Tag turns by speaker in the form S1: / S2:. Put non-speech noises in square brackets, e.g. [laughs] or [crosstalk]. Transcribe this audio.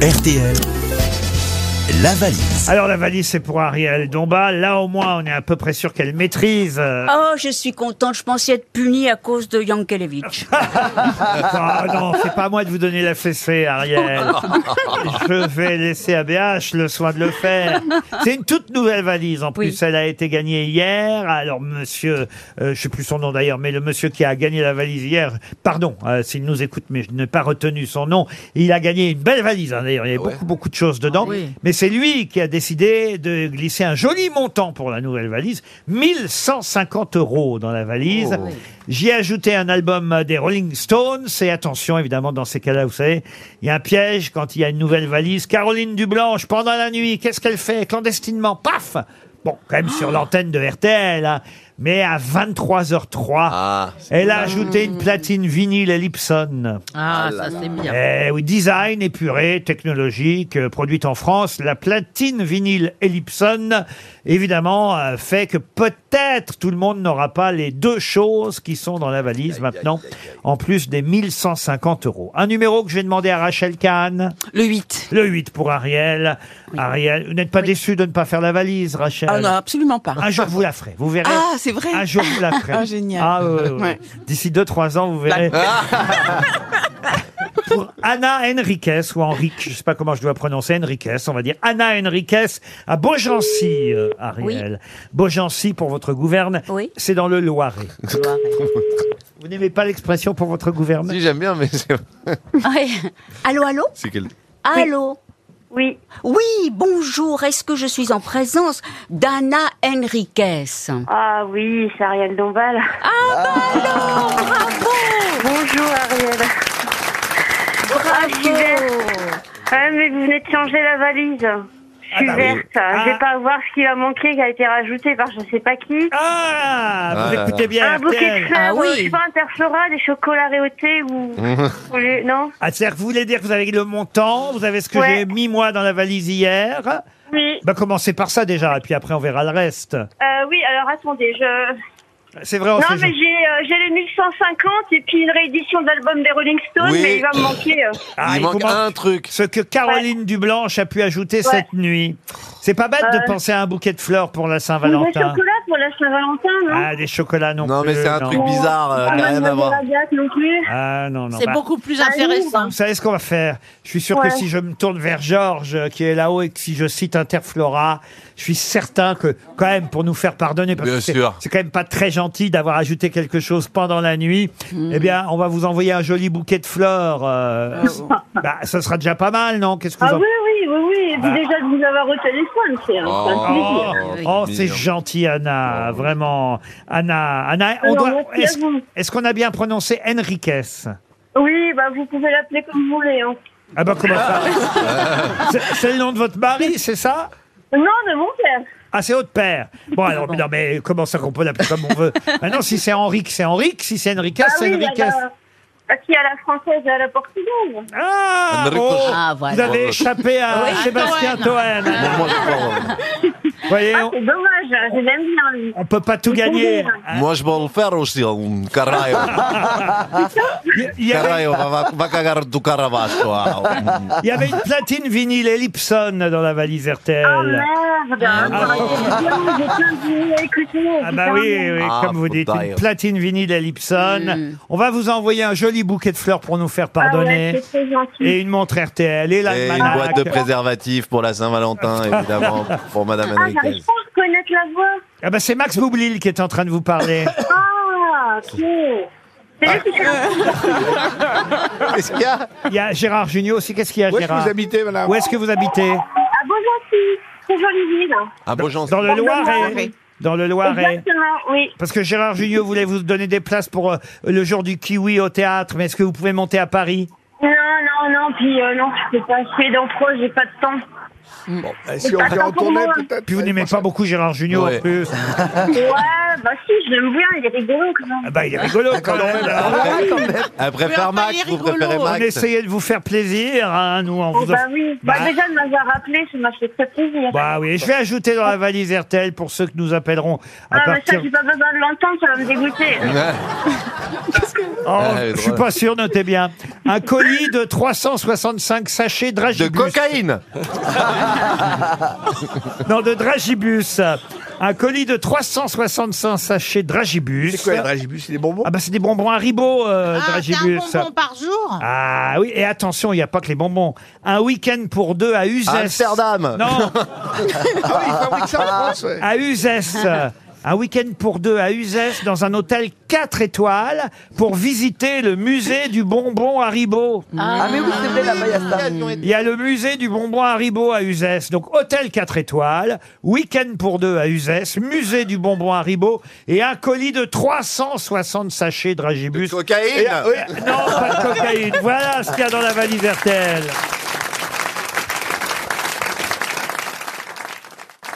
S1: RTL, la valise.
S2: Alors la valise, c'est pour Ariel Dombas. Là au moins, on est à peu près sûr qu'elle maîtrise. euh,
S3: Oh, je suis contente, je pensais être punie à cause de Yankelevitch.
S2: Ah non, c'est pas à moi de vous donner la fessée, Ariel. Je vais laisser à BH le soin de le faire. C'est une toute nouvelle valise. En plus, elle a été gagnée hier. Alors, monsieur, euh, je sais plus son nom d'ailleurs, mais le monsieur qui a gagné la valise hier, pardon, euh, s'il nous écoute, mais je n'ai pas retenu son nom. Il a gagné une belle valise, hein, d'ailleurs. Il y avait beaucoup, beaucoup de choses dedans. Mais c'est lui qui a décidé de glisser un joli montant pour la nouvelle valise. 1150 euros dans la valise. J'y ai ajouté un album des Rolling Stones. Et attention, évidemment, dans ces cas-là, vous savez, il y a un piège quand il y a une nouvelle valise. Caroline Dublanche, pendant la nuit, qu'est-ce qu'elle fait clandestinement Paf Bon, quand même sur l'antenne de RTL, hein. mais à 23h03,
S4: Ah,
S2: elle a ajouté une platine vinyle Ellipson.
S5: Ah, ça c'est bien.
S2: Eh oui, design épuré, technologique, euh, produite en France, la platine vinyle Ellipson, évidemment, euh, fait que peut-être tout le monde n'aura pas les deux choses qui sont dans la valise maintenant, en plus des 1150 euros. Un numéro que je vais demander à Rachel Kahn,
S5: Le 8.
S2: le 8 pour Ariel. Ariel, vous n'êtes pas déçu de ne pas faire la valise, Rachel
S5: Ah non, absolument pas.
S2: Un jour, vous la ferez, vous verrez.
S5: Ah, c'est vrai.
S2: Un jour, vous la ferez.
S5: Ah, génial.
S2: Ah, ouais, ouais, ouais.
S5: Ouais.
S2: D'ici 2-3 ans, vous verrez. Pour Anna Henriquez, ou Henrique, je sais pas comment je dois prononcer, Henriquez, on va dire. Anna Henriquez à Beaugency, euh, Ariel. Beaugency pour votre gouverne.
S3: Oui.
S2: C'est dans le Loiret. Vous n'aimez pas l'expression pour votre gouverne
S4: si j'aime bien, mais c'est
S3: Ah, Ouais. Allô, allô
S4: c'est quel.
S3: Allô Oui. Oui, bonjour, est-ce que je suis en présence d'Anna Henriquez
S6: Ah oui, c'est Ariel Dombal.
S3: Ah,
S4: Ah.
S3: Bravo
S6: Bonjour Ariel. Ah, je suis verte. Ah, mais vous venez de changer la valise. Je suis
S2: Ah, bah oui.
S6: verte. Je
S2: Ah.
S6: vais pas voir ce qu'il a manqué, qui a été rajouté par je sais pas qui.
S2: Ah, vous
S4: Ah là
S2: écoutez bien,
S6: Un bouquet de
S2: RTL.
S6: fleurs,
S3: Ah oui.
S6: euh, je sais pas, un terflora, des chocolats
S4: [laughs]
S6: réautés ou... ou les- Non
S2: Ah, c'est-à-dire que vous voulez dire que vous avez le montant, vous avez ce que
S6: Ouais.
S2: j'ai mis moi dans la valise hier.
S6: Oui.
S2: Bah, commencez par ça déjà, et puis après on verra le reste.
S6: Euh, oui, alors attendez, je...
S2: C'est vrai, on
S4: Oh,
S6: non,
S2: sait
S6: mais
S2: jamais.
S6: j'ai euh, j'ai le 1150 et puis une réédition de l'album des Rolling Stones,
S4: Oui.
S6: mais il va me manquer... euh.
S2: Ah,
S4: Il
S2: il
S4: manque
S2: commence-
S4: un truc.
S2: Ce que Caroline Dublanche a pu ajouter cette nuit. C'est pas bête de
S6: Euh.
S2: penser à un bouquet de fleurs pour la
S6: Des
S2: Saint-Valentin.
S6: chocolats pour la Saint-Valentin, non Ah,
S2: Ah, des chocolats non,
S4: Non,
S2: plus.
S4: mais c'est un
S2: non.
S4: truc bizarre, euh,
S6: Pas
S4: quand même, à
S6: Mademoiselle
S4: voir.
S6: Agathe non plus.
S2: Ah non, non.
S5: C'est
S2: bah,
S5: beaucoup plus
S6: un livre.
S5: intéressant.
S2: Vous savez ce qu'on va faire Je suis sûr
S6: Ouais.
S2: que si je me tourne vers Georges, euh, qui est là-haut, et que si je cite Interflora, je suis certain que, quand même, pour nous faire pardonner, parce
S4: Bien
S2: que c'est-
S4: sûr.
S2: c'est quand même pas très gentil d'avoir ajouté quelque chose pendant la nuit,
S6: Mm.
S2: eh bien, on va vous envoyer un joli bouquet de fleurs. euh, [laughs] bah, ça sera déjà pas mal, non Qu'est-ce que vous
S6: Ah
S2: en
S6: oui, oui, oui, oui. Et puis
S2: Ah.
S6: déjà de vous avoir au téléphone, c'est un, c'est un
S2: Oh,
S6: plaisir.
S2: oh,
S4: mignon. Ah
S2: c'est gentil, Anna. Vraiment. Anna, Anna, on
S6: Alors,
S2: doit-
S6: merci à
S2: est-ce
S6: vous.
S2: est-ce qu'on a bien prononcé Enriquez
S6: Oui, bah, vous pouvez l'appeler comme vous voulez. hein.
S2: Ah bah comment ça
S4: Ah.
S2: C'est- C'est le nom de votre mari, c'est ça
S6: Non, de mon père.
S2: ah, c'est votre père. Bon,
S6: Ah,
S2: alors, non, mais comment ça qu'on peut l'appeler comme on veut Maintenant, si c'est Henrique, c'est Henrique. Si c'est Enriquez,
S6: ah
S2: c'est
S6: oui,
S2: Enriquez.
S6: bah, bah, qui à la française et à la portugaise. Bah,
S2: Ah,
S4: Enrico.
S2: oh,
S5: Ah, voilà.
S2: Vous avez échappé à
S5: Oui,
S2: Sébastien Toen.
S4: Bon, moi, je vais pas-
S2: Vous voyez, on,
S6: Ah, C'est dommage, hein, je l'aime bien, lui.
S2: on peut pas tout gagner.
S6: hein.
S4: Moi, je vais le faire aussi, un
S2: [laughs]
S4: carraio.
S2: Il y- il y avait-
S4: Carraio, va- va- va cagar du caravaggio.
S2: [laughs]
S4: ah.
S2: il y avait une platine vinyle Ellipson dans la valise RTL.
S6: Oh merde, hein, ça aurait été bien, j'ai plein de vinyles à écouter.
S2: Ah bah oui, oui, oui,
S4: Ah,
S2: comme vous
S4: faut
S2: dites,
S4: pas
S2: une
S4: y-
S2: platine vinyle Ellipson. On va vous envoyer un joli bouquet de fleurs pour nous faire
S6: Mm. Ah ouais,
S2: pardonner.
S6: c'est très gentil.
S2: et une montre RTL et
S4: Et une boîte de
S2: l'almanach.
S4: préservatifs pour
S2: [laughs]
S4: la Saint-Valentin, évidemment, pour Madame
S6: Ah, j'arrive
S4: Henriquez.
S6: pas à reconnaître la voix.
S2: Ah bah c'est Max Boublil qui est en train de vous
S4: [laughs]
S2: parler.
S6: Ah, ok. C'est lui qui
S2: Ah.
S6: fait la
S4: Qu'est-ce qu'il y a
S2: Il y a Gérard Junior aussi. Qu'est-ce qu'il y a
S7: Où est-ce que
S2: Gérard
S7: vous habitez, madame
S2: Où est-ce que vous habitez
S6: Ah, bon, gentil. C'est jolie ville.
S4: Un beau gentil.
S2: Dans le Loiret. Dans le Loiret.
S6: Exactement, oui.
S2: Parce que Gérard Junior voulait vous donner des places pour euh, le jour du kiwi au théâtre, mais est-ce que vous pouvez monter à Paris
S6: Non, non, non, puis euh, non, je peux pas, je fais d'emploi, j'ai pas de temps.
S7: Euh, Si on fait en tournée, peut-être.
S2: Puis vous n'aimez pas beaucoup Gérard Junior en
S4: Ouais.
S2: plus.
S6: Ouais, bah si, je l'aime bien, il est rigolo quand même.
S2: Ah bah il est rigolo quand même.
S7: Ah,
S4: Elle préfère
S5: Oui, enfin,
S4: Max,
S5: il est
S4: vous
S5: rigolo.
S4: préférez
S2: On
S4: Max
S2: essayait de vous faire plaisir, hein, nous on
S6: Oh,
S2: vous offre-
S6: bah oui, bah,
S2: Bah.
S6: déjà de m'avoir rappelé, ça m'a fait très plaisir.
S2: Bah oui, je vais ajouter dans la valise RTL pour ceux que nous appellerons à
S6: ah, mais ça,
S2: partir.
S6: j'ai pas besoin de l'entendre, ça va me dégoûter.
S2: Oh,
S7: Ah,
S2: je suis pas sûr, notez bien. Un colis de 365 sachets dragibus. De cocaïne Non, de dragibus. Un colis de 365 sachets dragibus.
S7: C'est quoi, le dragibus C'est des bonbons
S2: Ah bah c'est des bonbons Haribo,
S8: Ah,
S2: euh, dragibus.
S8: par jour
S2: Ah oui, et attention, il n'y a pas que les bonbons. Un week-end pour deux à Uzès.
S4: Amsterdam.
S7: [laughs]
S2: Non,
S7: Ah oui, ils fabriquent ça en France, ouais.
S2: à Uzès. Un week-end pour deux à Uzès dans un hôtel 4 étoiles pour visiter le musée du bonbon Haribo.
S5: Ah, mais oui, c'est vrai, la Mayasta.
S2: Il y a le musée du bonbon Haribo à Uzès. Donc hôtel 4 étoiles, week-end pour deux à Uzès, musée du bonbon Haribo et un colis de 360 sachets de Dragibus. Euh,
S4: Cocaïne
S2: Non, pas de cocaïne. Voilà ce qu'il y a dans la valise RTL.